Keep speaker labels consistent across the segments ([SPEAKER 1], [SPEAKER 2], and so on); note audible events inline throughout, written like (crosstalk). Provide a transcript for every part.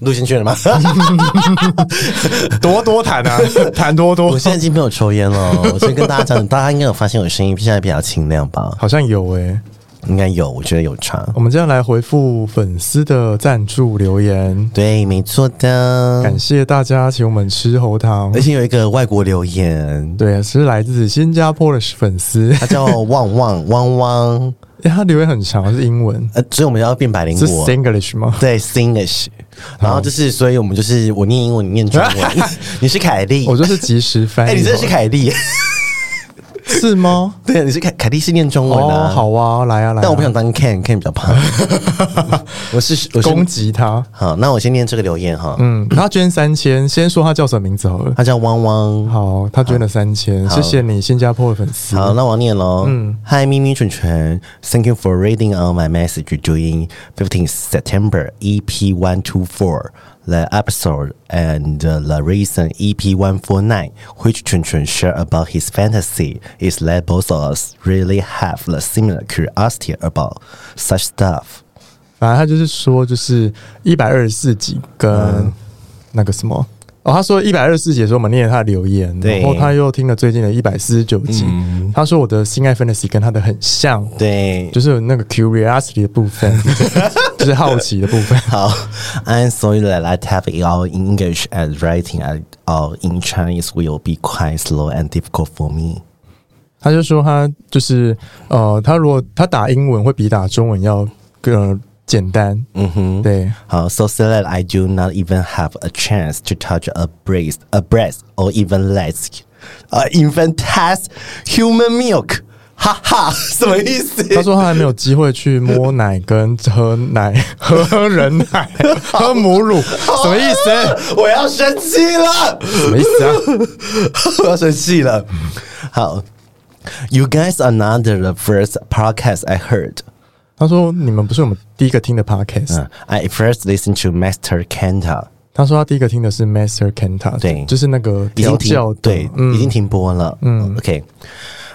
[SPEAKER 1] 录进去了吗？
[SPEAKER 2] 多多谈啊， (laughs) 谈多多
[SPEAKER 1] 我现在已经没有抽烟了。我先跟大家讲，大家应该有发现我声音现在比较清亮吧？
[SPEAKER 2] 好像有诶、欸
[SPEAKER 1] 应该有，我觉得有差。
[SPEAKER 2] 我们这样来回复粉丝的赞助留言，
[SPEAKER 1] 对，没错的
[SPEAKER 2] 感。谢大家请我们吃喉糖
[SPEAKER 1] 而。且有一个外国留言，
[SPEAKER 2] 对，啊是来自新加坡的粉丝， (laughs)
[SPEAKER 1] 他叫旺旺汪汪，
[SPEAKER 2] 因为他留言很长，是英文，
[SPEAKER 1] 呃，所以我们要变百灵
[SPEAKER 2] 是
[SPEAKER 1] 果。
[SPEAKER 2] Singlish 吗？
[SPEAKER 1] 对，Singlish，然后就是，所以我们就是我念英文，你念中文，你是凯莉，
[SPEAKER 2] 我就是及时翻 (laughs)
[SPEAKER 1] 哎、
[SPEAKER 2] 译。哦
[SPEAKER 1] 你真的是凯莉？
[SPEAKER 2] 是吗？
[SPEAKER 1] (laughs) 对，你是凯凯莉是念中文
[SPEAKER 2] 哦，
[SPEAKER 1] 啊。
[SPEAKER 2] 好啊，来啊来啊。
[SPEAKER 1] 但我不想当 Ken，Ken 比较 (laughs) 胖。我是我
[SPEAKER 2] 攻
[SPEAKER 1] 是
[SPEAKER 2] 击他。
[SPEAKER 1] 好，那我先念这个留言哈。
[SPEAKER 2] 嗯，他捐三千，先说他叫什么名字好了。
[SPEAKER 1] 他叫汪汪。
[SPEAKER 2] 好，他捐了三千，谢谢你，新加坡的粉丝。
[SPEAKER 1] 好，那我要念喽。嗯，Hi，咪咪蠢蠢，Thank you for reading on my message during 15th September E EP 124, the episode and uh, the E reason EP 149, which Chun Chun shared about his fantasy is that both of us really have the similar curiosity about such stuff.
[SPEAKER 2] 反正他就是说，就是一百二十四集跟那个什么。哦，他说一百二十四集的时候，我们念了他的留言，
[SPEAKER 1] 对
[SPEAKER 2] 然后他又听了最近的一百四十九集，他说我的心爱 fantasy 跟他的很像，
[SPEAKER 1] 对，
[SPEAKER 2] 就是有那个 curiosity 的部分，就是好奇的部分。
[SPEAKER 1] 好，I'm sorry that I type it all in English and writing at all in Chinese will be quite slow and difficult for me.
[SPEAKER 2] 他就说他就是呃，他如果他打英文会比打中文要更呃简单，嗯哼，对，
[SPEAKER 1] 好，so so that I do not even have a chance to touch a breast, a breast, or even less, a infant has human milk. 哈哈， (laughs) 什么意思？
[SPEAKER 2] (laughs) 他说他还没有机会去摸奶跟喝奶，喝人奶，喝母乳，什么意思？
[SPEAKER 1] (laughs) 我要生气了。 (laughs)
[SPEAKER 2] 什么意思啊？
[SPEAKER 1] 我要生气了。好，You guys are not the first podcast I heard.
[SPEAKER 2] 他说你们不是我们第一个听的 podcast，、
[SPEAKER 1] 嗯，I Uh, first listened to Master Kanta，
[SPEAKER 2] 他说他第一个听的是 Master Kenta，
[SPEAKER 1] 对
[SPEAKER 2] 就是那个
[SPEAKER 1] 已经
[SPEAKER 2] 调教
[SPEAKER 1] 停嗯
[SPEAKER 2] 的，
[SPEAKER 1] 对，已经停播了。嗯，OK，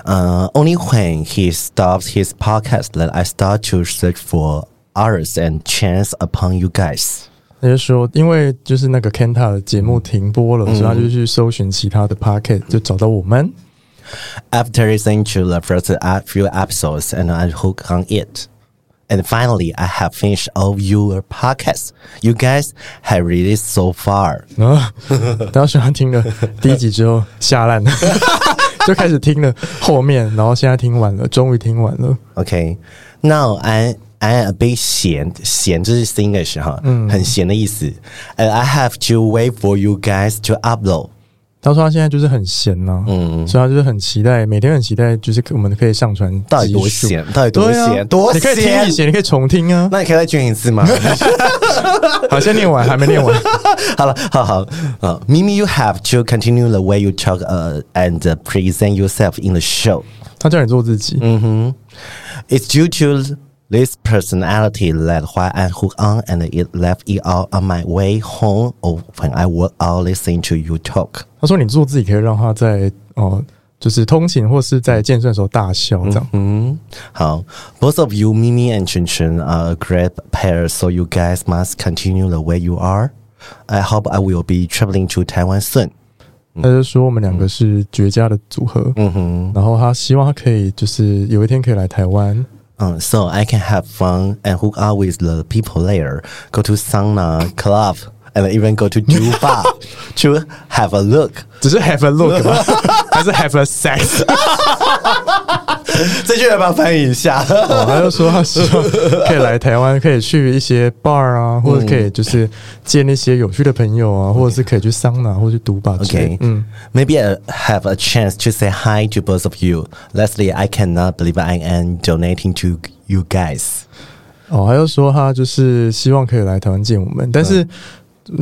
[SPEAKER 1] 呃、o n l y when he stops his podcast that I start to search for others and chance upon you guys。
[SPEAKER 2] 他就说因为就是那个 Kenta 的节目停播了，所以他就去搜寻其他的 podcast，就找到我们。
[SPEAKER 1] After listening to the first uh, few episodes, and I hook on it. And finally, I have finished all your podcasts you guys have released so far.
[SPEAKER 2] 啊！当时他听了第一集之后吓烂了， (laughs) 就开始听了后面，然后现在听完了，终于听完了。
[SPEAKER 1] OK，那 I I am a bit 闲闲，这是 English 哈，很闲的意思。And I have to wait for you guys to upload。
[SPEAKER 2] 他说他现在就是很闲呐、嗯，所以他就是很期待，每天很期待，就是我们可以上传
[SPEAKER 1] 到底多
[SPEAKER 2] 集数
[SPEAKER 1] 闲到底多
[SPEAKER 2] 对啊
[SPEAKER 1] 闲多
[SPEAKER 2] 你可以听
[SPEAKER 1] 闲
[SPEAKER 2] 以前，你可以重听
[SPEAKER 1] (laughs)
[SPEAKER 2] 啊。
[SPEAKER 1] 那你可以再捐一
[SPEAKER 2] (laughs)
[SPEAKER 1] 次吗？
[SPEAKER 2] 好，先念完，还没念
[SPEAKER 1] (laughs)
[SPEAKER 2] 完。
[SPEAKER 1] 好了，好好，呃，Mimi, you have to continue the way you talk, uh, and uh, present yourself in the show.
[SPEAKER 2] 他叫你做自己，
[SPEAKER 1] 嗯 It's due to this personality that why I hook on and it left it all on my way home or when I work out listening to you talk.
[SPEAKER 2] 他说你做自己可以让他在哦、就是通勤或是在健身的时候大笑这样。
[SPEAKER 1] 嗯好，Both of you, Mimi and Chun Chun, are a great pair, so you guys must continue the way you are. I hope I will be traveling to Taiwan soon. 嗯
[SPEAKER 2] 他就说我们两个是绝佳的组合，嗯哼，然后他希望他可以就是有一天可以来台湾，
[SPEAKER 1] Um, so I can have fun and hook up with the people there, go to sauna club, and even go to Juba to have a look.
[SPEAKER 2] 只是 have a look
[SPEAKER 1] (laughs)
[SPEAKER 2] 吧，还是 have a sex？
[SPEAKER 1] 这句要不要翻译一下？
[SPEAKER 2] (laughs) 哦他就说他希望可以来台湾，可以去一些 bar 啊，或者可以就是见一些有趣的朋友
[SPEAKER 1] 嗯
[SPEAKER 2] 啊，或者是可以去桑拿或者去赌吧之类
[SPEAKER 1] Okay.
[SPEAKER 2] 的。嗯，
[SPEAKER 1] Maybe I have a chance to say hi to both of you. Lastly, I cannot believe I am donating to you guys.
[SPEAKER 2] 哦，他就说他就是希望可以来台湾见我们，但是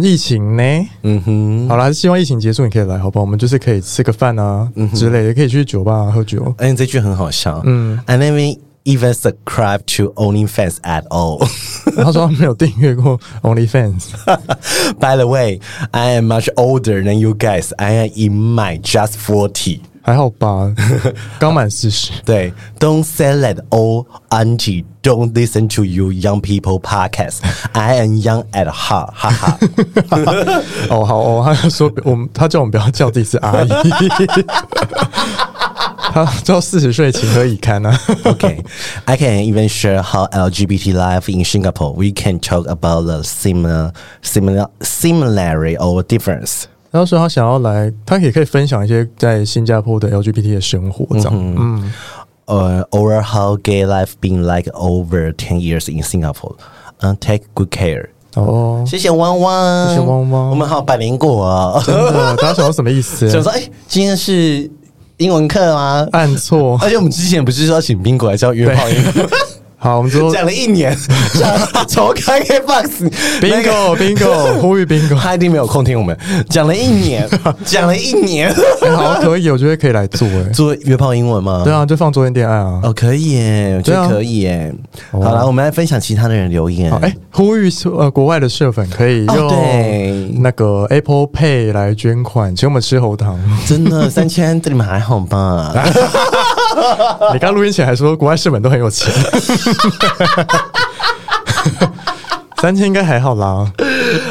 [SPEAKER 2] 疫情呢？
[SPEAKER 1] 嗯哼，
[SPEAKER 2] 好啦，希望疫情结束你可以来，好不好？我们就是可以吃个饭啊、
[SPEAKER 1] 嗯
[SPEAKER 2] 之类的，可以去酒吧、啊、喝酒。
[SPEAKER 1] 哎，这句很好笑。嗯
[SPEAKER 2] 嗯
[SPEAKER 1] ，I never even subscribe to OnlyFans at all. (laughs)
[SPEAKER 2] 他说他没有订阅过 OnlyFans，
[SPEAKER 1] By the way, I am much older than you guys. I am in my just forty.
[SPEAKER 2] 还好
[SPEAKER 1] (laughs)
[SPEAKER 2] 吧，刚满四十。
[SPEAKER 1] 对，Don't say that, oh Angie. Don't listen to you young people podcast. I am young at heart. 哈哈。
[SPEAKER 2] (laughs) 哦，好哦，他就说我们，他叫我们不要叫自己是阿姨， (laughs) 他叫四十岁情何以堪啊？
[SPEAKER 1] okay. I can even share how LGBT life in Singapore. We can talk about the similar, similar, similarity or difference.
[SPEAKER 2] 然后说 (laughs) 他想要来，他也可以分享一些在新加坡的 LGBT 的生活，这样。嗯，
[SPEAKER 1] Uh, or how gay life been like over 10 years in Singapore. Uh, take good care.
[SPEAKER 2] 哦，
[SPEAKER 1] 谢谢汪汪，
[SPEAKER 2] 谢谢汪汪。 (laughs)
[SPEAKER 1] 我们好百灵果、哦。
[SPEAKER 2] 真的，大家想要什么意思？
[SPEAKER 1] 想说，哎，今天是英文课
[SPEAKER 2] (laughs)
[SPEAKER 1] 吗？
[SPEAKER 2] 按错。
[SPEAKER 1] 而且我们之前不是说请宾果来教约炮音，
[SPEAKER 2] 好，我们之后
[SPEAKER 1] (laughs)
[SPEAKER 2] (laughs)
[SPEAKER 1] 讲了一年，从开开 box
[SPEAKER 2] bingo bingo 呼吁 bingo，
[SPEAKER 1] (laughs) 他一定没有空听我们讲了一
[SPEAKER 2] (laughs)
[SPEAKER 1] 年，讲了一年，
[SPEAKER 2] 哎好像可以，我觉得可以来做哎。
[SPEAKER 1] 做约炮英文吗？
[SPEAKER 2] 对啊，就放昨天恋爱啊。
[SPEAKER 1] 哦，可以耶，我觉
[SPEAKER 2] 对
[SPEAKER 1] 得
[SPEAKER 2] 啊哦
[SPEAKER 1] 可以耶。好了，我们来分享其他的人留言。
[SPEAKER 2] 好，哎，呼吁呃国外的社粉可以
[SPEAKER 1] 哦对
[SPEAKER 2] 用那个 Apple Pay 来捐款，请我们吃喉糖。
[SPEAKER 1] 真
[SPEAKER 2] (laughs)
[SPEAKER 1] 的三千，对你们还好吧？
[SPEAKER 2] 啊 (laughs) 你刚录音前还说国外社粉都很有钱， (laughs) 三千应该还好啦。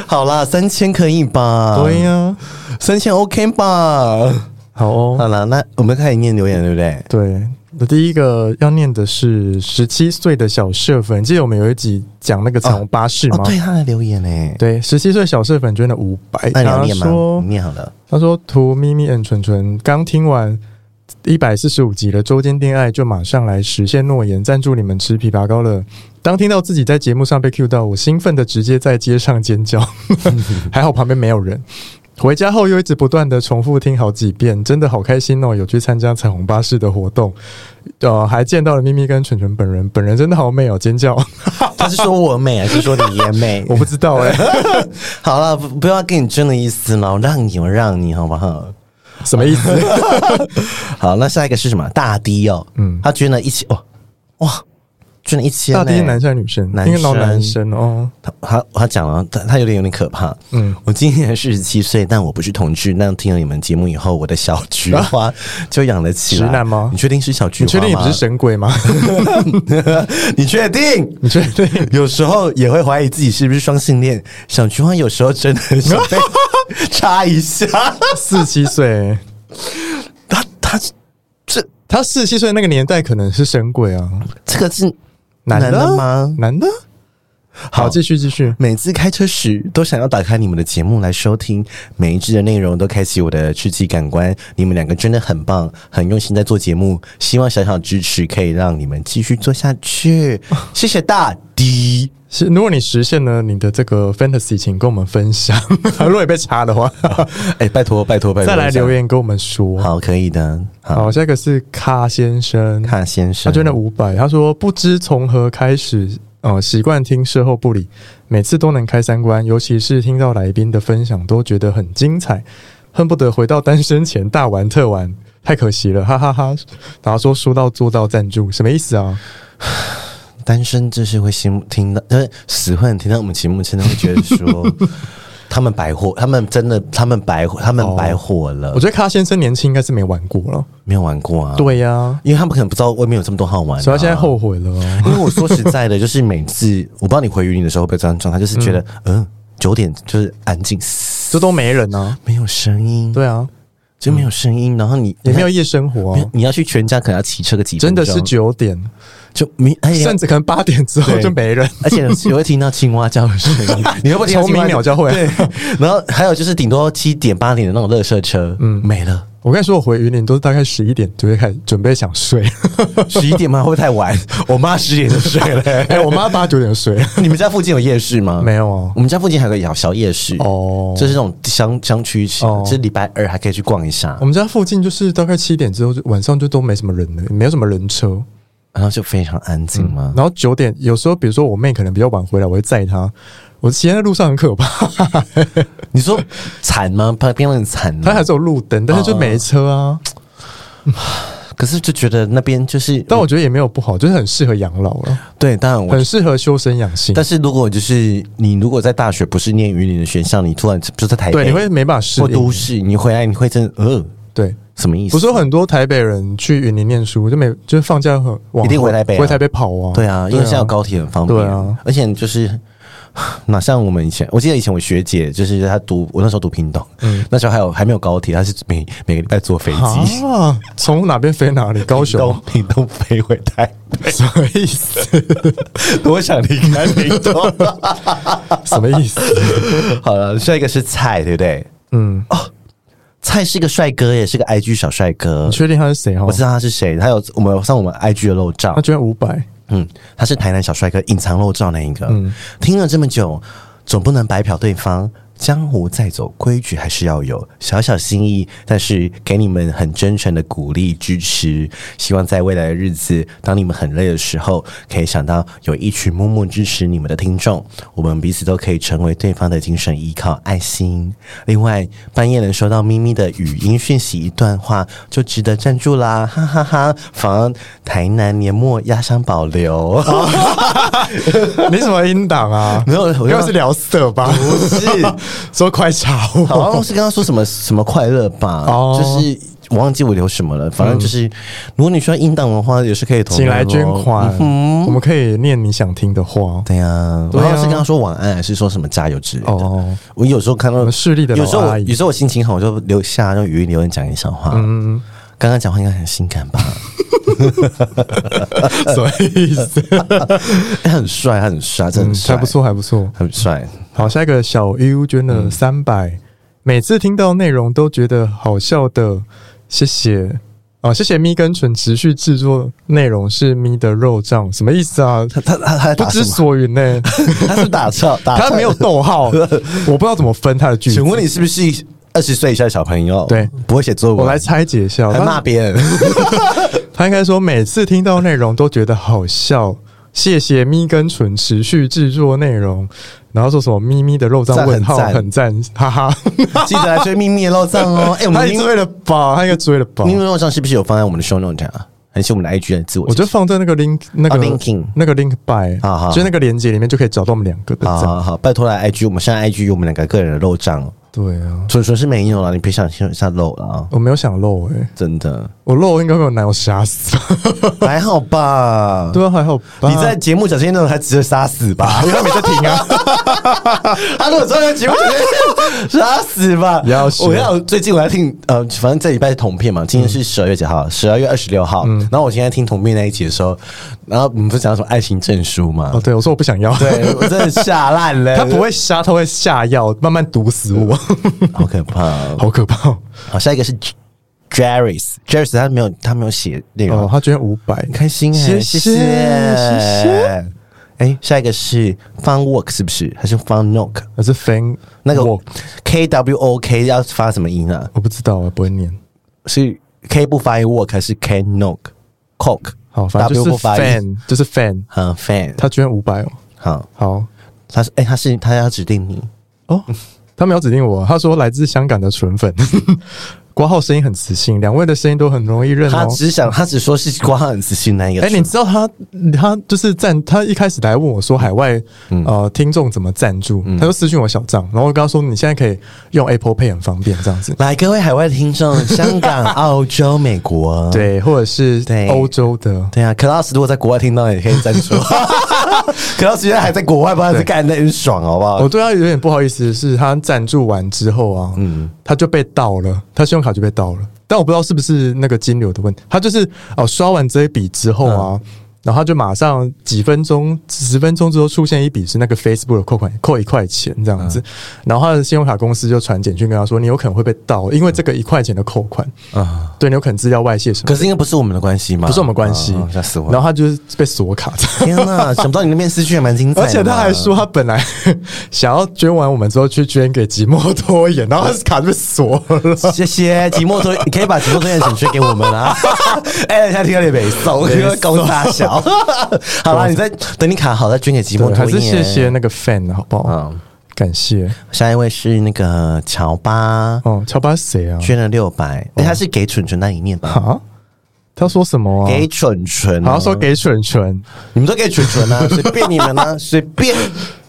[SPEAKER 1] 好啦，三千可以吧？
[SPEAKER 2] 对，呀，
[SPEAKER 1] 三千 OK 吧？
[SPEAKER 2] 好哦。
[SPEAKER 1] 好了，那我们开始念留言，对不对？
[SPEAKER 2] 对，那第一个要念的是十七岁的小社粉，记得我们有一集讲那个彩虹巴士
[SPEAKER 1] 哦
[SPEAKER 2] 吗，？
[SPEAKER 1] 对，他的留言呢？
[SPEAKER 2] 对，十七岁小社粉捐了五百，
[SPEAKER 1] 那你要
[SPEAKER 2] 他
[SPEAKER 1] 念吗？嗯
[SPEAKER 2] 说
[SPEAKER 1] 你念好了。
[SPEAKER 2] 他说：“图咪咪 and 纯纯刚听完一百四十五集的周间恋爱，就马上来实现诺言，赞助你们吃枇杷膏了。当听到自己在节目上被 Q 到，我兴奋的直接在街上尖 (laughs) 叫，还好旁边没有人。回家后又一直不断的重复听好几遍，真的好开心哦！有去参加彩虹巴士的活动，呃，还见到了咪咪跟纯纯本人，本人真的好美哦！尖叫，
[SPEAKER 1] 他是说我美还是说你也美？
[SPEAKER 2] (laughs) 我不知道哎、
[SPEAKER 1] 好了，不不要跟你争的意思嘛，我让你，我让你，好不好？
[SPEAKER 2] (laughs) 什么意 (laughs) 思？
[SPEAKER 1] 好，那下一个是什么？大 D 哦，嗯，他捐了一千，哇、哇，捐了一千、欸。
[SPEAKER 2] 大 D 是男生还是女生？
[SPEAKER 1] 男
[SPEAKER 2] 应该老
[SPEAKER 1] 生
[SPEAKER 2] 男生哦。
[SPEAKER 1] 他他他讲了，他他有点有点可怕。嗯
[SPEAKER 2] 嗯，
[SPEAKER 1] 我今年四十七岁，但我不是同志。那听了你们节目以后，我的小菊花就养了起
[SPEAKER 2] 啊
[SPEAKER 1] 来。
[SPEAKER 2] 直男吗
[SPEAKER 1] 你确定是小菊
[SPEAKER 2] 你
[SPEAKER 1] 花
[SPEAKER 2] 确定你不
[SPEAKER 1] 吗
[SPEAKER 2] 是？神鬼吗？
[SPEAKER 1] (laughs) 你确定？
[SPEAKER 2] 你确定？
[SPEAKER 1] 有时候也会怀疑自己是不是双性恋。小菊花有时候真的很想被 (laughs) 插
[SPEAKER 2] (laughs)
[SPEAKER 1] 一下。
[SPEAKER 2] (laughs) 四七岁，
[SPEAKER 1] 他他这
[SPEAKER 2] 他四七岁那个年代可能是神鬼啊，
[SPEAKER 1] 这个是
[SPEAKER 2] 男的
[SPEAKER 1] 的吗？
[SPEAKER 2] 男的。
[SPEAKER 1] 好
[SPEAKER 2] 好，继续继续。
[SPEAKER 1] 每次开车时都想要打开你们的节目来收听，每一支的内容都开启我的刺激感官。你们两个真的很棒，很用心在做节目，希望小小支持可以让你们继续做下去。谢谢大 D。
[SPEAKER 2] 是，如果你实现了你的这个 fantasy，请跟我们分
[SPEAKER 1] (laughs)
[SPEAKER 2] 享。如果你被查的话，
[SPEAKER 1] 哎、拜托拜托拜托，
[SPEAKER 2] 再来留。言跟我们说。
[SPEAKER 1] 好，可以的。好，
[SPEAKER 2] 好，下一个是卡先生，
[SPEAKER 1] 看先
[SPEAKER 2] 他
[SPEAKER 1] 生，
[SPEAKER 2] 捐了五百，他说不知从何开始，呃，习惯听事后不理，每次都能开三观，尤其是听到来宾的分享，都觉得很精彩，恨不得回到单身前大玩特玩，太可惜了，哈哈哈然后说说到做到赞助，什么意思啊？
[SPEAKER 1] 单身就是会心听到，呃，死混听到我们节目，真的会觉得 (laughs) 说他们白活，他们真的，他们白活，他们白活了。
[SPEAKER 2] 我觉得咖先生年轻应该是没玩过了，
[SPEAKER 1] 没有玩过啊。
[SPEAKER 2] 对呀、
[SPEAKER 1] 因为他们可能不知道外面有这么多好玩、的。啊
[SPEAKER 2] 所以他现在后悔 (laughs) 了、哦。
[SPEAKER 1] 因为我说实在的，就是每次我不知道你回云你的时候会不会这样状态，就是觉得嗯九、点就是安静，嘶
[SPEAKER 2] 这都没人啊，
[SPEAKER 1] 没有声音，，
[SPEAKER 2] 对啊，
[SPEAKER 1] 就没有声音，然后你
[SPEAKER 2] 也没有夜生活
[SPEAKER 1] 你
[SPEAKER 2] 啊
[SPEAKER 1] 要，你要去全家可能要骑车个几分
[SPEAKER 2] 真
[SPEAKER 1] 钟，
[SPEAKER 2] 的是九点，
[SPEAKER 1] 就没哎呀
[SPEAKER 2] 甚。至可能八点之后
[SPEAKER 1] 对
[SPEAKER 2] 就没人。
[SPEAKER 1] 而且
[SPEAKER 2] (laughs)
[SPEAKER 1] 你会听到青蛙叫的声音，你会不会听到
[SPEAKER 2] 虫
[SPEAKER 1] 青蛙
[SPEAKER 2] 鸣鸟叫会啊
[SPEAKER 1] 对，然后还有就是顶多七点八点的那种垃圾车，嗯，没了。
[SPEAKER 2] 我跟你说，我回云林都是大概十一点就会开始准备想
[SPEAKER 1] (laughs)
[SPEAKER 2] 睡。
[SPEAKER 1] 十一点吗？会不会太
[SPEAKER 2] (laughs)
[SPEAKER 1] 晚？我妈十点就睡了、
[SPEAKER 2] 哎、我妈八九点睡，
[SPEAKER 1] 你们家附近有夜市
[SPEAKER 2] (laughs)
[SPEAKER 1] 吗？
[SPEAKER 2] 没有啊
[SPEAKER 1] 我们家附近还有个小小夜市
[SPEAKER 2] 哦
[SPEAKER 1] 就是那种乡乡区型，
[SPEAKER 2] 哦嗯
[SPEAKER 1] 就是礼拜二还可以去逛一下
[SPEAKER 2] 我。们家附近就是大概七点之后，就晚上就都没什么人了，也没有什么人车。
[SPEAKER 1] 然后就非常安静吗？
[SPEAKER 2] 然后九点，有时候比如说我妹可能比较晚回来，我会载她。我骑在路上很可
[SPEAKER 1] 嗯
[SPEAKER 2] 怕，
[SPEAKER 1] 你说惨吗？怕变得很惨啊吗？
[SPEAKER 2] 它还是有路灯，但是就没车啊。
[SPEAKER 1] 可是就觉得那边就是，
[SPEAKER 2] 但我觉得也没有不好，就是很适合养老了，
[SPEAKER 1] 对，当然我
[SPEAKER 2] 很适合修身养性。
[SPEAKER 1] 但是如果就是你如果在大学不是念云林的学校，你突然就在台北，
[SPEAKER 2] 对，你会没办法适
[SPEAKER 1] 或都
[SPEAKER 2] 应。
[SPEAKER 1] 市，你回来你会真的呃
[SPEAKER 2] 对，
[SPEAKER 1] 什么意思？
[SPEAKER 2] 不是有很多台北人去云林念书，就每就是放假很往
[SPEAKER 1] 一定回台北啊
[SPEAKER 2] 回台北跑啊。
[SPEAKER 1] 对啊，因为现在有高铁很方便，
[SPEAKER 2] 对啊，
[SPEAKER 1] 而且就是。 (sighs) 哪像我们以前，我记得以前我学姐就是她读我那时候读屏东，那时候还有还没有高铁，她是每每个礼拜坐飞机，
[SPEAKER 2] 嗯啊，从哪边飞哪里？高
[SPEAKER 1] 屏
[SPEAKER 2] 雄
[SPEAKER 1] (laughs) 东屏东飞回台北，
[SPEAKER 2] 什么意思？
[SPEAKER 1] 多想离开屏东。
[SPEAKER 2] 什么意思？
[SPEAKER 1] (laughs) 好了，下一个是蔡，对不对？
[SPEAKER 2] 嗯，
[SPEAKER 1] 蔡是个帅哥耶，也是个 IG 小帅哥
[SPEAKER 2] 你，确定他是谁哈
[SPEAKER 1] 我？知道他是谁，他有我们上我们 IG 的漏照
[SPEAKER 2] 他，捐五
[SPEAKER 1] (laughs)
[SPEAKER 2] 百，
[SPEAKER 1] 嗯，他是台南小帅哥隐藏漏照那一个。听了这么久，总不能白嫖对方。江湖再走，规矩还是要有，小小心意，但是给你们很真诚的鼓励支持。希望在未来的日子，当你们很累的时候，可以想到有一群默默支持你们的听众，我们彼此都可以成为对方的精神依靠、爱心。哎另外，半夜能收到咪咪的语音讯息一段话，就值得赞助啦，哈哈哈防台南年末压箱保留，
[SPEAKER 2] 你什么音档 (laughs) 啊？
[SPEAKER 1] (laughs) 没有我
[SPEAKER 2] 应该是聊色吧？
[SPEAKER 1] 不是，
[SPEAKER 2] (laughs) 说快查我，
[SPEAKER 1] 好像是刚刚说什么什么快乐吧，
[SPEAKER 2] 哦
[SPEAKER 1] 就是我忘记我留什么了，反正就是，如果你需要应档的话，也是可以投，
[SPEAKER 2] 请来捐款，
[SPEAKER 1] 嗯
[SPEAKER 2] 我们可以念你想听的话。
[SPEAKER 1] 对呀、我
[SPEAKER 2] 对啊
[SPEAKER 1] 好像是跟他说晚安，还是说什么加油之类的。
[SPEAKER 2] 哦
[SPEAKER 1] 我有时候看
[SPEAKER 2] 我
[SPEAKER 1] 到
[SPEAKER 2] 们势力的老
[SPEAKER 1] 有时候我
[SPEAKER 2] 阿姨
[SPEAKER 1] 有时候我心情好，我就留下用语音留言讲一下话。嗯，刚刚讲话应该很性感
[SPEAKER 2] (laughs)
[SPEAKER 1] 吧？呃
[SPEAKER 2] 什么意思？
[SPEAKER 1] 他哎很帅，他很帅，呃真
[SPEAKER 2] 嗯
[SPEAKER 1] 的很，帅，
[SPEAKER 2] 还不，错，还不错。
[SPEAKER 1] 很帅。
[SPEAKER 2] 好，下一个小 U 捐
[SPEAKER 1] 嗯
[SPEAKER 2] 了三百、每次听到内容都觉得好笑的，谢谢啊，谢谢咪跟纯持续制作内容是咪的肉酱，什么意思啊？
[SPEAKER 1] 他他他他
[SPEAKER 2] 不
[SPEAKER 1] 打什
[SPEAKER 2] 知
[SPEAKER 1] 么？
[SPEAKER 2] 所云呢、
[SPEAKER 1] (laughs) 他是打 (laughs) 错，打
[SPEAKER 2] 他
[SPEAKER 1] 错
[SPEAKER 2] 没有。逗号，我不知道怎么分他的句子
[SPEAKER 1] 请。问你是不是二十岁以下的小朋友？
[SPEAKER 2] 对，
[SPEAKER 1] 不会写作文，
[SPEAKER 2] 我来拆解一下，
[SPEAKER 1] 还
[SPEAKER 2] 他
[SPEAKER 1] 骂别
[SPEAKER 2] (laughs)
[SPEAKER 1] 人。
[SPEAKER 2] 他应该说每次听到内容都觉得好笑，谢谢咪跟纯持续制作内容，然后说什么咪咪的肉酱
[SPEAKER 1] 赞
[SPEAKER 2] 问号
[SPEAKER 1] 很赞
[SPEAKER 2] 很赞，哈哈，
[SPEAKER 1] 记得来追秘密的肉酱
[SPEAKER 2] (laughs)
[SPEAKER 1] 哦。哎、我
[SPEAKER 2] 他
[SPEAKER 1] 们
[SPEAKER 2] 也
[SPEAKER 1] 秘
[SPEAKER 2] 追了吧，他应该追了吧，
[SPEAKER 1] 密肉酱是不是有放在我们的 show note 上啊？还是我们的 IG 的自我
[SPEAKER 2] 我
[SPEAKER 1] 介
[SPEAKER 2] 就
[SPEAKER 1] 绍？
[SPEAKER 2] 放在那个 link 那个、
[SPEAKER 1] 啊，linking 啊
[SPEAKER 2] 那个 link by，
[SPEAKER 1] 好好
[SPEAKER 2] 就是那个连接里面就可以找到我们两个的。
[SPEAKER 1] 好
[SPEAKER 2] 这样
[SPEAKER 1] 好好，拜托来 IG，我们现在 IG 有我们两个个人的肉酱，
[SPEAKER 2] 对啊，
[SPEAKER 1] 纯纯是没有了，你别想向下漏了
[SPEAKER 2] (laughs)
[SPEAKER 1] 啊，
[SPEAKER 2] 我没有想漏诶、欸
[SPEAKER 1] 真的
[SPEAKER 2] 我漏应该被我男友杀死。
[SPEAKER 1] 还好
[SPEAKER 2] (laughs)
[SPEAKER 1] 吧？
[SPEAKER 2] 对啊，还好吧。
[SPEAKER 1] 你在节目讲这些内容还值得杀
[SPEAKER 2] (laughs)
[SPEAKER 1] 死吧？因为他没在听啊。他如果在节目讲这些，杀死吧！
[SPEAKER 2] 要嗯死
[SPEAKER 1] 我要最近我在听呃，反正这礼拜是同片嘛，今天是十二月几号？十二月二十六号。
[SPEAKER 2] 嗯
[SPEAKER 1] 然后我今天在听同片那一集的时候，然后我们不是讲到什么爱情证书嘛
[SPEAKER 2] 哦，？对我说我不想要，
[SPEAKER 1] 对，我真的吓烂了。
[SPEAKER 2] 他不会杀，他会下药，慢慢毒死我，
[SPEAKER 1] 好可怕哦。
[SPEAKER 2] (laughs) 好可怕哦。
[SPEAKER 1] 好，下一个是 Jerry's，Jerry's 他没有他没有写内容
[SPEAKER 2] 哦，，他捐五百
[SPEAKER 1] 很，开心哎、
[SPEAKER 2] 谢
[SPEAKER 1] 谢
[SPEAKER 2] 谢
[SPEAKER 1] 谢
[SPEAKER 2] 谢谢。
[SPEAKER 1] 哎、下一个是 Fun Work 是不是？还是 Fun Nok？
[SPEAKER 2] 还是 fan
[SPEAKER 1] 那个
[SPEAKER 2] 我
[SPEAKER 1] K W O K 要发什么音啊？
[SPEAKER 2] 我不知道，我不会念。
[SPEAKER 1] 是 K 不发音 work 还是 K Nok Coke？
[SPEAKER 2] 好，反正就
[SPEAKER 1] W 不
[SPEAKER 2] 是
[SPEAKER 1] 发音。
[SPEAKER 2] fan，就是 fan，
[SPEAKER 1] 嗯，fan
[SPEAKER 2] 他捐五百哦。
[SPEAKER 1] 好，
[SPEAKER 2] 好
[SPEAKER 1] 他是哎、他是他要指定你，
[SPEAKER 2] 哦，他没有指定我，他说来自香港的纯粉。 (laughs) 挂号声音很磁性，两位的声音都很容易认哦。
[SPEAKER 1] 他只想他只说是挂很自信那一个。
[SPEAKER 2] 哎、你知道他他就是赞，他一开始来问我说海外、
[SPEAKER 1] 嗯
[SPEAKER 2] 呃听众怎么赞助，他就私讯我小账，然后我跟他说你现在可以用 Apple Pay 很方便这样子，
[SPEAKER 1] 来，各位海外听众，香港、澳洲、美
[SPEAKER 2] (laughs)
[SPEAKER 1] 国，
[SPEAKER 2] 对，或者是
[SPEAKER 1] 对
[SPEAKER 2] 欧洲的，
[SPEAKER 1] 对啊，Class 如果在国外听到也可以赞助。Class 现在还在国外，不知道在干那很爽，好不好
[SPEAKER 2] 我？哦对他啊有点不好意思，是他赞助完之后啊，
[SPEAKER 1] 嗯
[SPEAKER 2] 他就被盗了，他信用卡就
[SPEAKER 1] 嗯
[SPEAKER 2] 被盗了，但我不知道是不是那个金流的问题，他就是哦刷完这一笔之后啊。然后他就马上几分钟、十分钟之后出现一笔是那个 Facebook 的扣款扣一块钱这样
[SPEAKER 1] 嗯
[SPEAKER 2] 子，然后他的信用卡公司就传简讯跟他说，你有可能会被盗，因为这个一块钱的扣款，
[SPEAKER 1] 啊，
[SPEAKER 2] 对你有可能资料外泄什么
[SPEAKER 1] 可
[SPEAKER 2] 的。
[SPEAKER 1] 是应该不是我们的关系嘛，
[SPEAKER 2] 不是我们关系
[SPEAKER 1] 啊吓死我！
[SPEAKER 2] 然
[SPEAKER 1] 了！
[SPEAKER 2] 后他就是被锁卡，
[SPEAKER 1] 天
[SPEAKER 2] (laughs)
[SPEAKER 1] 哪，想不到你那面试剧还蛮精彩的
[SPEAKER 2] 而
[SPEAKER 1] 嘛，
[SPEAKER 2] 且他还说他本来想要捐完我们之后去捐给吉莫多眼，然后他的卡就被锁 (laughs) 了。
[SPEAKER 1] 谢谢提莫多，你可以把提莫多的请去给我
[SPEAKER 2] (laughs)
[SPEAKER 1] 们啊！哎，现在听到你北送，因为高大
[SPEAKER 2] (laughs)
[SPEAKER 1] 小。好啦，你再等你卡好再捐给提莫
[SPEAKER 2] 对，
[SPEAKER 1] 多
[SPEAKER 2] 还是
[SPEAKER 1] 耶。
[SPEAKER 2] 谢谢那个 fan 好不好？
[SPEAKER 1] 嗯，
[SPEAKER 2] 感谢
[SPEAKER 1] 下一位是那个乔巴，
[SPEAKER 2] 哦，乔巴是谁啊？
[SPEAKER 1] 捐了六百，哎，他是给蠢蠢那一面吧？
[SPEAKER 2] 啊？他说什么啊？
[SPEAKER 1] 给蠢蠢哦，
[SPEAKER 2] 好像说给蠢蠢，
[SPEAKER 1] 你们都给蠢蠢啊，随便你们啊，随
[SPEAKER 2] (laughs)
[SPEAKER 1] 便。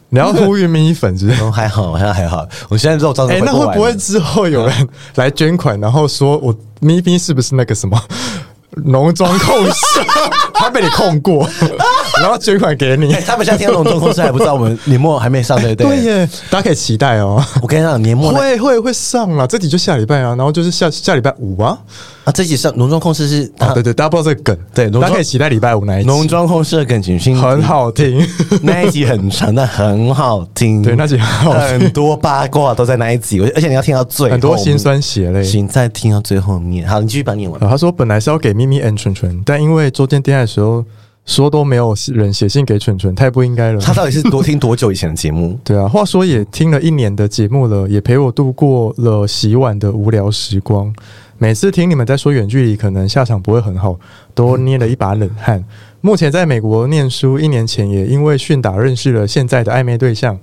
[SPEAKER 2] 你要呼吁咪粉 (laughs) 是不是？
[SPEAKER 1] 哦，还好，还好，还好。我现在肉照
[SPEAKER 2] 哎、
[SPEAKER 1] 是
[SPEAKER 2] 那会
[SPEAKER 1] 完
[SPEAKER 2] 不会之后有人来捐款，然后说我咪咪是不是那个什么 (laughs) 浓妆控色？ (laughs) 他被你控过， (laughs) 然后捐款给你
[SPEAKER 1] 哎、。他们现在听到龙中公司还不知道我们 (laughs) 年末还没上，对不对？
[SPEAKER 2] (laughs) 对耶，大家可以期待哦。
[SPEAKER 1] 我跟你讲，年末那
[SPEAKER 2] 会会会上啦，这集就下礼拜啊，然后就是下下礼拜五啊。
[SPEAKER 1] 啊，这集上农庄控事是
[SPEAKER 2] 啊
[SPEAKER 1] 啊
[SPEAKER 2] 对对，大家不知道这个梗，
[SPEAKER 1] 对农
[SPEAKER 2] 大
[SPEAKER 1] 庄
[SPEAKER 2] 家可以期待礼拜五那一
[SPEAKER 1] 农
[SPEAKER 2] 集，
[SPEAKER 1] 庄控事的梗情讯，
[SPEAKER 2] 很好听。
[SPEAKER 1] (laughs) 那一集很长，但很好听。
[SPEAKER 2] 对那集很好听
[SPEAKER 1] 很多八卦都在那一集，我而且你要听到最后
[SPEAKER 2] 很多辛酸血泪。
[SPEAKER 1] 行，再听到最后面。好，你继续把它
[SPEAKER 2] (laughs)
[SPEAKER 1] 念完。
[SPEAKER 2] 呃，他说本来是要给咪咪 and 蠢蠢，但因为周间恋爱的时候说都没有人写信给蠢蠢，太不应该了。？
[SPEAKER 1] 他到底是多听多久以前的节目
[SPEAKER 2] 对啊，话说也听了一年的节目了，也陪我度过了洗碗的无聊时光。每次听你们在说远距离可能下场不会很好，都捏了一把冷汗。目前在美国念书，一年前也因为训打认识了现在的暧昧对象。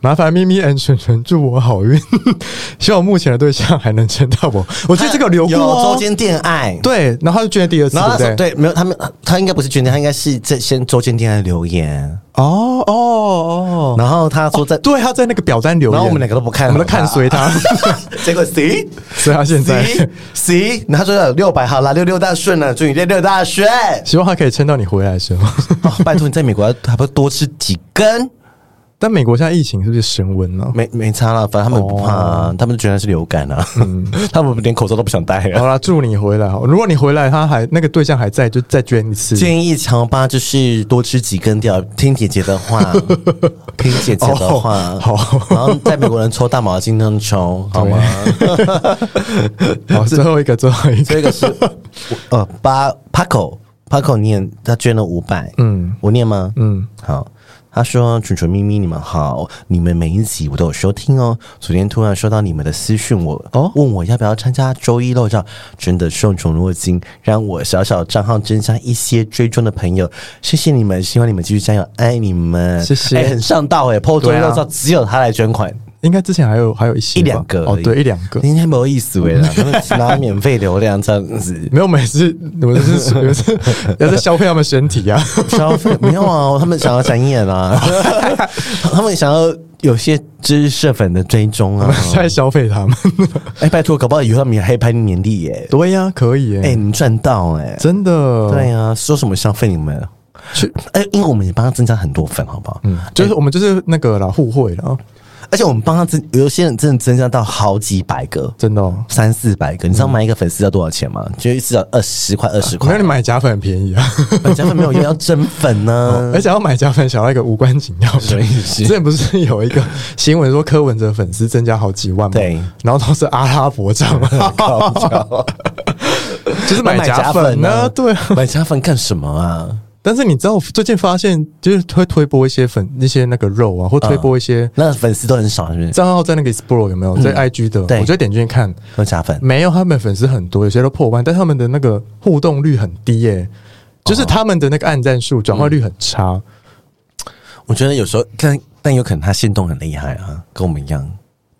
[SPEAKER 2] 麻烦咪咪 and 蠢蠢祝我好运， (laughs) 希望目前的对象还能见到我。 (laughs) 我记得这个留过、
[SPEAKER 1] 有
[SPEAKER 2] 哦
[SPEAKER 1] 周，间恋爱，
[SPEAKER 2] 对，然后他就捐了第二次，
[SPEAKER 1] 然后
[SPEAKER 2] 对不
[SPEAKER 1] 那时
[SPEAKER 2] 对
[SPEAKER 1] 候？对，没有他们，他应该不是捐恋，他应该是在先周间恋爱留言。
[SPEAKER 2] 哦哦哦，
[SPEAKER 1] 然后他说在，
[SPEAKER 2] 对，他在那个表单留言，
[SPEAKER 1] 然后我们两个都不看
[SPEAKER 2] 我
[SPEAKER 1] 好
[SPEAKER 2] 们
[SPEAKER 1] 他，
[SPEAKER 2] 都看随
[SPEAKER 1] (laughs)
[SPEAKER 2] 他， (laughs)
[SPEAKER 1] 结果 C
[SPEAKER 2] 所以他现
[SPEAKER 1] (laughs)
[SPEAKER 2] 在
[SPEAKER 1] C C，然后他说有六百，好啦，六六大顺了，祝你六六大顺。
[SPEAKER 2] 希望他可以撑到你回来的时候。
[SPEAKER 1] (laughs)
[SPEAKER 2] (laughs)
[SPEAKER 1] 哦拜托你在美国要还不多吃几根？
[SPEAKER 2] 但美国现在疫情是不是升温了？
[SPEAKER 1] 没没差了，反正他们不怕、啊他们觉得是流感啊， (laughs) 他们连口罩都不想戴了。
[SPEAKER 2] 好啦，祝你回来好。如果你回来，他还那个对象还在，就再捐一次。
[SPEAKER 1] (laughs) 建议乔巴就是多吃几根掉，听姐姐的 (laughs) 话，听姐姐的话，
[SPEAKER 2] 哦好
[SPEAKER 1] 然后在美国人抽大毛巾那样 (laughs) 抽，好吗？
[SPEAKER 2] (laughs) 好，最后一个，最后一个，
[SPEAKER 1] (laughs) 这个是呃巴帕口帕口念他捐了五百，
[SPEAKER 2] 嗯
[SPEAKER 1] 嗯，我念吗？
[SPEAKER 2] 嗯
[SPEAKER 1] 嗯，好。他说：“蠢蠢咪咪，你们好！你们每一集我都有收听哦。昨天突然收到你们的私讯我，
[SPEAKER 2] 哦
[SPEAKER 1] 问我要不要参加周一漏照，真的受宠若惊，让我小小账号增加一些追踪的朋友。谢谢你们，希望你们继续加油，爱你们！
[SPEAKER 2] 谢谢
[SPEAKER 1] 哎很上道哎、破 p 周一
[SPEAKER 2] 对啊
[SPEAKER 1] 漏照只有他来捐款，
[SPEAKER 2] 应该之前还有还有一些吧
[SPEAKER 1] 一两个
[SPEAKER 2] 哦，
[SPEAKER 1] 而已
[SPEAKER 2] 对，一两个。
[SPEAKER 1] 今天没有意思为了，他们拿免费流量这样子。”
[SPEAKER 2] 没有，我们也是你们是你们是 (laughs) 要在消费他们身体啊。
[SPEAKER 1] 消费没有啊，他们想要展演
[SPEAKER 2] (laughs)
[SPEAKER 1] 啊，他们想要有些知识粉的追踪
[SPEAKER 2] (laughs)
[SPEAKER 1] 啊。
[SPEAKER 2] 在消费他们，
[SPEAKER 1] 哎、拜托，搞不好以后他们也黑拍年历耶、
[SPEAKER 2] 对呀、可以耶、
[SPEAKER 1] 哎、你们赚到哎、
[SPEAKER 2] 真的，
[SPEAKER 1] 对啊，说什么消费你们？
[SPEAKER 2] 去
[SPEAKER 1] 哎、因为我们也帮他增加很多粉，好不好？嗯，
[SPEAKER 2] 就是我们就是那个啦，互惠啦，哦
[SPEAKER 1] 而且我们帮他增，有些人真的增加到好几百个，
[SPEAKER 2] 真的、哦。
[SPEAKER 1] 三四百个。你知道买一个粉丝要多少钱吗？就至少二十块，二十
[SPEAKER 2] 没有
[SPEAKER 1] 块
[SPEAKER 2] 你。买假粉很便宜啊，
[SPEAKER 1] 买加粉没有用，要真粉
[SPEAKER 2] (laughs)
[SPEAKER 1] 呢、
[SPEAKER 2] 而且要买假粉想要一个无关紧要
[SPEAKER 1] 什么
[SPEAKER 2] 的
[SPEAKER 1] 意。
[SPEAKER 2] (laughs)
[SPEAKER 1] 思
[SPEAKER 2] 之前不嗯是有一个新闻说柯文哲粉丝增加好几万吗？
[SPEAKER 1] 对，
[SPEAKER 2] 然后都是阿拉伯账 (laughs) 号，就是啊买假粉呢。对啊，
[SPEAKER 1] (laughs) 买假粉干什么啊？
[SPEAKER 2] 但是你知道我最近发现，就是会推播一些粉一些那个肉啊，或推播一些
[SPEAKER 1] 那粉丝都很少，是不是？
[SPEAKER 2] 账号在那个 Explore 有没有在 IG 的？
[SPEAKER 1] 对
[SPEAKER 2] 我就点进去看，
[SPEAKER 1] 都假粉。
[SPEAKER 2] 没有，他们粉丝很多，有些都破万，但他们的那个互动率很低耶、就是他们的那个按赞数转化率很差。
[SPEAKER 1] 我觉得有时候看，但有可能他心动很厉害啊，跟我们一样。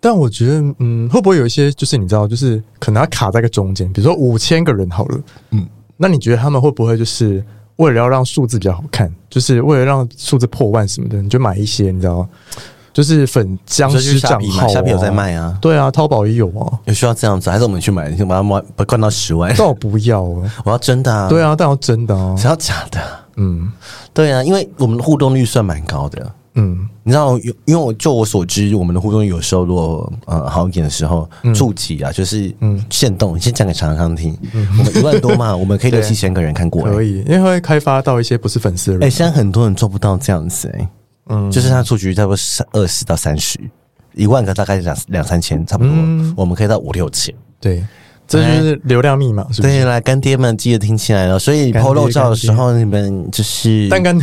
[SPEAKER 2] 但我觉得，嗯，会不会有一些就是你知道，就是可能他卡在一个中间，比如说五千个人好了，嗯
[SPEAKER 1] 嗯，
[SPEAKER 2] 那你觉得他们会不会就是为了要让数字比较好看，就是为了让数字破万什么的，你就买一些，你知道吗？就是粉僵
[SPEAKER 1] 所以去
[SPEAKER 2] 尸
[SPEAKER 1] 虾
[SPEAKER 2] 账
[SPEAKER 1] 皮
[SPEAKER 2] 号、
[SPEAKER 1] 嘛，
[SPEAKER 2] 啊，
[SPEAKER 1] 虾皮有在，卖啊，
[SPEAKER 2] 对啊，淘宝也有啊，
[SPEAKER 1] 有需要这样子，还是我们去买，先把它卖，把它灌到十万？
[SPEAKER 2] 但我不要啊，
[SPEAKER 1] 我要真的啊，
[SPEAKER 2] 对，啊，但要真的啊，
[SPEAKER 1] 只要假的，
[SPEAKER 2] 嗯，
[SPEAKER 1] 对啊，因为我们的互动率算蛮高的，
[SPEAKER 2] 嗯，
[SPEAKER 1] 你知道，有因为我就我所知，我们的互动有时候如果呃好一点的时候，
[SPEAKER 2] 嗯
[SPEAKER 1] 触及啊，就是嗯，限动，先讲给常
[SPEAKER 2] (laughs)
[SPEAKER 1] 常听。我们一万多嘛，我们可以六七千个人看过、
[SPEAKER 2] 可
[SPEAKER 1] 欸。
[SPEAKER 2] 以，因为会开发到一些不是粉丝的
[SPEAKER 1] 哎、
[SPEAKER 2] 人，
[SPEAKER 1] 现在很多人做不到这样子、欸，
[SPEAKER 2] 嗯
[SPEAKER 1] 嗯，就是他出局差不多是二十到三十，一万个大概两两三千，差不多，
[SPEAKER 2] 嗯
[SPEAKER 1] 我们可以到五六千。
[SPEAKER 2] 对，这就是流量密码，是不是？
[SPEAKER 1] 对啦，干爹们记得听起来了。哦所以
[SPEAKER 2] 干爹
[SPEAKER 1] PO 肉照的时候，你们就是
[SPEAKER 2] 但 (laughs) 干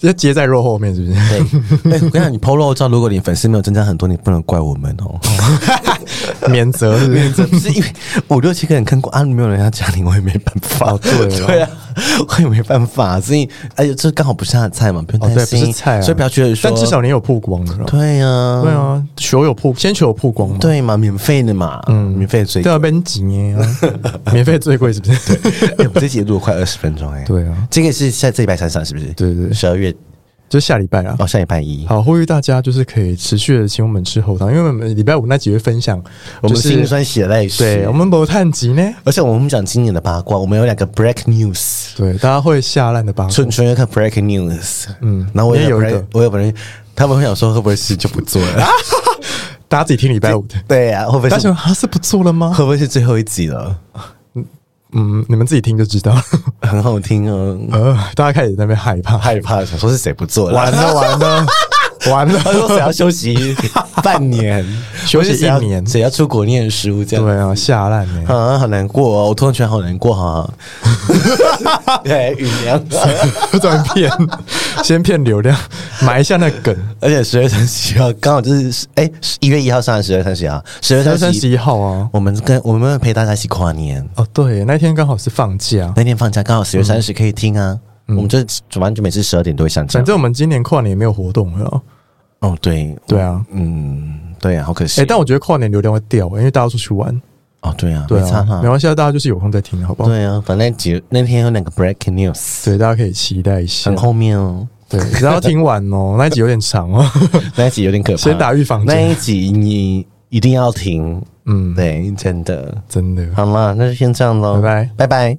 [SPEAKER 2] 要接在肉后面，是不是？
[SPEAKER 1] 对，哎、我跟你讲，你 PO 肉照，如果你粉丝没有增加很多，你不能怪我们哦。
[SPEAKER 2] (laughs)
[SPEAKER 1] (laughs)
[SPEAKER 2] 免责是不是
[SPEAKER 1] 这不是因为五六七个人看过啊，没有人要加你，我也没办法。
[SPEAKER 2] 哦对哦
[SPEAKER 1] 对啊，我也没办法。所以，哎呦，这刚好不是他的菜嘛，不用
[SPEAKER 2] 哦，
[SPEAKER 1] 担
[SPEAKER 2] 对，
[SPEAKER 1] 心、
[SPEAKER 2] 不是菜啊，
[SPEAKER 1] 所以不要觉得说，
[SPEAKER 2] 但至少你有曝光的，
[SPEAKER 1] 对呀、啊，
[SPEAKER 2] 对，啊，球有曝，先球有曝光嘛，
[SPEAKER 1] 对嘛，免费的嘛，嗯，免费最
[SPEAKER 2] 对啊，边几年啊， (laughs) 免费最贵是不是？对，
[SPEAKER 1] 哎、我们这集录了快二十分钟哎、
[SPEAKER 2] 对啊
[SPEAKER 1] 这个是下这礼拜三上是不是？
[SPEAKER 2] 对对
[SPEAKER 1] 十二月
[SPEAKER 2] 就下礼拜啊。
[SPEAKER 1] 哦，下礼拜一，
[SPEAKER 2] 好，呼吁大家就是可以持续的请我们吃喉糖，因为我们礼拜五那几位分享，
[SPEAKER 1] 我们
[SPEAKER 2] 就是
[SPEAKER 1] 心酸血泪史。
[SPEAKER 2] 对我们不探及呢，
[SPEAKER 1] 而且我们讲今年的八卦，我们有两个 break news，
[SPEAKER 2] 对大家会下烂的八卦，
[SPEAKER 1] 蠢蠢要看 break news，
[SPEAKER 2] 嗯
[SPEAKER 1] 嗯，然后我
[SPEAKER 2] 也有
[SPEAKER 1] break-
[SPEAKER 2] 一个
[SPEAKER 1] 我有本人，他们会想说会不会是就不做了？
[SPEAKER 2] 大家自己听礼拜五的。
[SPEAKER 1] (laughs) 对啊，会不会
[SPEAKER 2] 大家
[SPEAKER 1] 是
[SPEAKER 2] 想他是不做了吗？
[SPEAKER 1] 会不会是最后一集了？
[SPEAKER 2] 嗯，你们自己听就知道了。 (laughs)
[SPEAKER 1] 很好听哦，
[SPEAKER 2] 呃，大家开始在那边害怕，
[SPEAKER 1] 害怕想说是谁不做了
[SPEAKER 2] 完。了完了 (laughs) 完 (laughs)
[SPEAKER 1] 他说
[SPEAKER 2] 了，
[SPEAKER 1] 谁要休息半年，
[SPEAKER 2] 休息
[SPEAKER 1] 或是谁要
[SPEAKER 2] 一年
[SPEAKER 1] 谁要出国念书这样？
[SPEAKER 2] 对啊，下烂呢、
[SPEAKER 1] 啊，好难过哦！我突然觉得好难
[SPEAKER 2] (laughs)
[SPEAKER 1] 过哈、对，雨娘，
[SPEAKER 2] (laughs) 突然骗，先骗流量，埋一下那
[SPEAKER 1] (laughs)
[SPEAKER 2] 梗。
[SPEAKER 1] (laughs) 而且十月三十一号刚好就是哎，一、月一号上，十月三十一号，十月
[SPEAKER 2] 才三
[SPEAKER 1] 三
[SPEAKER 2] 十
[SPEAKER 1] 十
[SPEAKER 2] 一
[SPEAKER 1] 一，
[SPEAKER 2] 号啊，
[SPEAKER 1] 我们跟我们陪大家一起跨年，
[SPEAKER 2] 哦对，那天刚好是放假，
[SPEAKER 1] 那天放假刚好十月三十可以听啊。
[SPEAKER 2] 嗯
[SPEAKER 1] 我们就反正就每次十二点都会上架
[SPEAKER 2] 反。正我们今年跨年也没有活动了哦。
[SPEAKER 1] 哦，对，
[SPEAKER 2] 对啊，
[SPEAKER 1] 嗯，对啊，好可惜。
[SPEAKER 2] 哎、但我觉得跨年流量会掉、因为大家出去玩。
[SPEAKER 1] 哦，对啊，
[SPEAKER 2] 对
[SPEAKER 1] 没差
[SPEAKER 2] 啊，
[SPEAKER 1] 哈
[SPEAKER 2] 没。关系啊，大家就是有空再听，好不好？
[SPEAKER 1] 对啊，反正几那天有两个 breaking news，
[SPEAKER 2] 对，大家可以期待一下
[SPEAKER 1] 很。后面哦。
[SPEAKER 2] 对，然后听完
[SPEAKER 1] (laughs)
[SPEAKER 2] 哦，那一集有点长哦。
[SPEAKER 1] 那一集有点可怕，
[SPEAKER 2] 先打预防针
[SPEAKER 1] 那一集你一定要听，
[SPEAKER 2] 嗯，
[SPEAKER 1] 对，真的。
[SPEAKER 2] 真的。
[SPEAKER 1] 好啦，那就先这样喽，
[SPEAKER 2] 拜拜
[SPEAKER 1] 拜拜。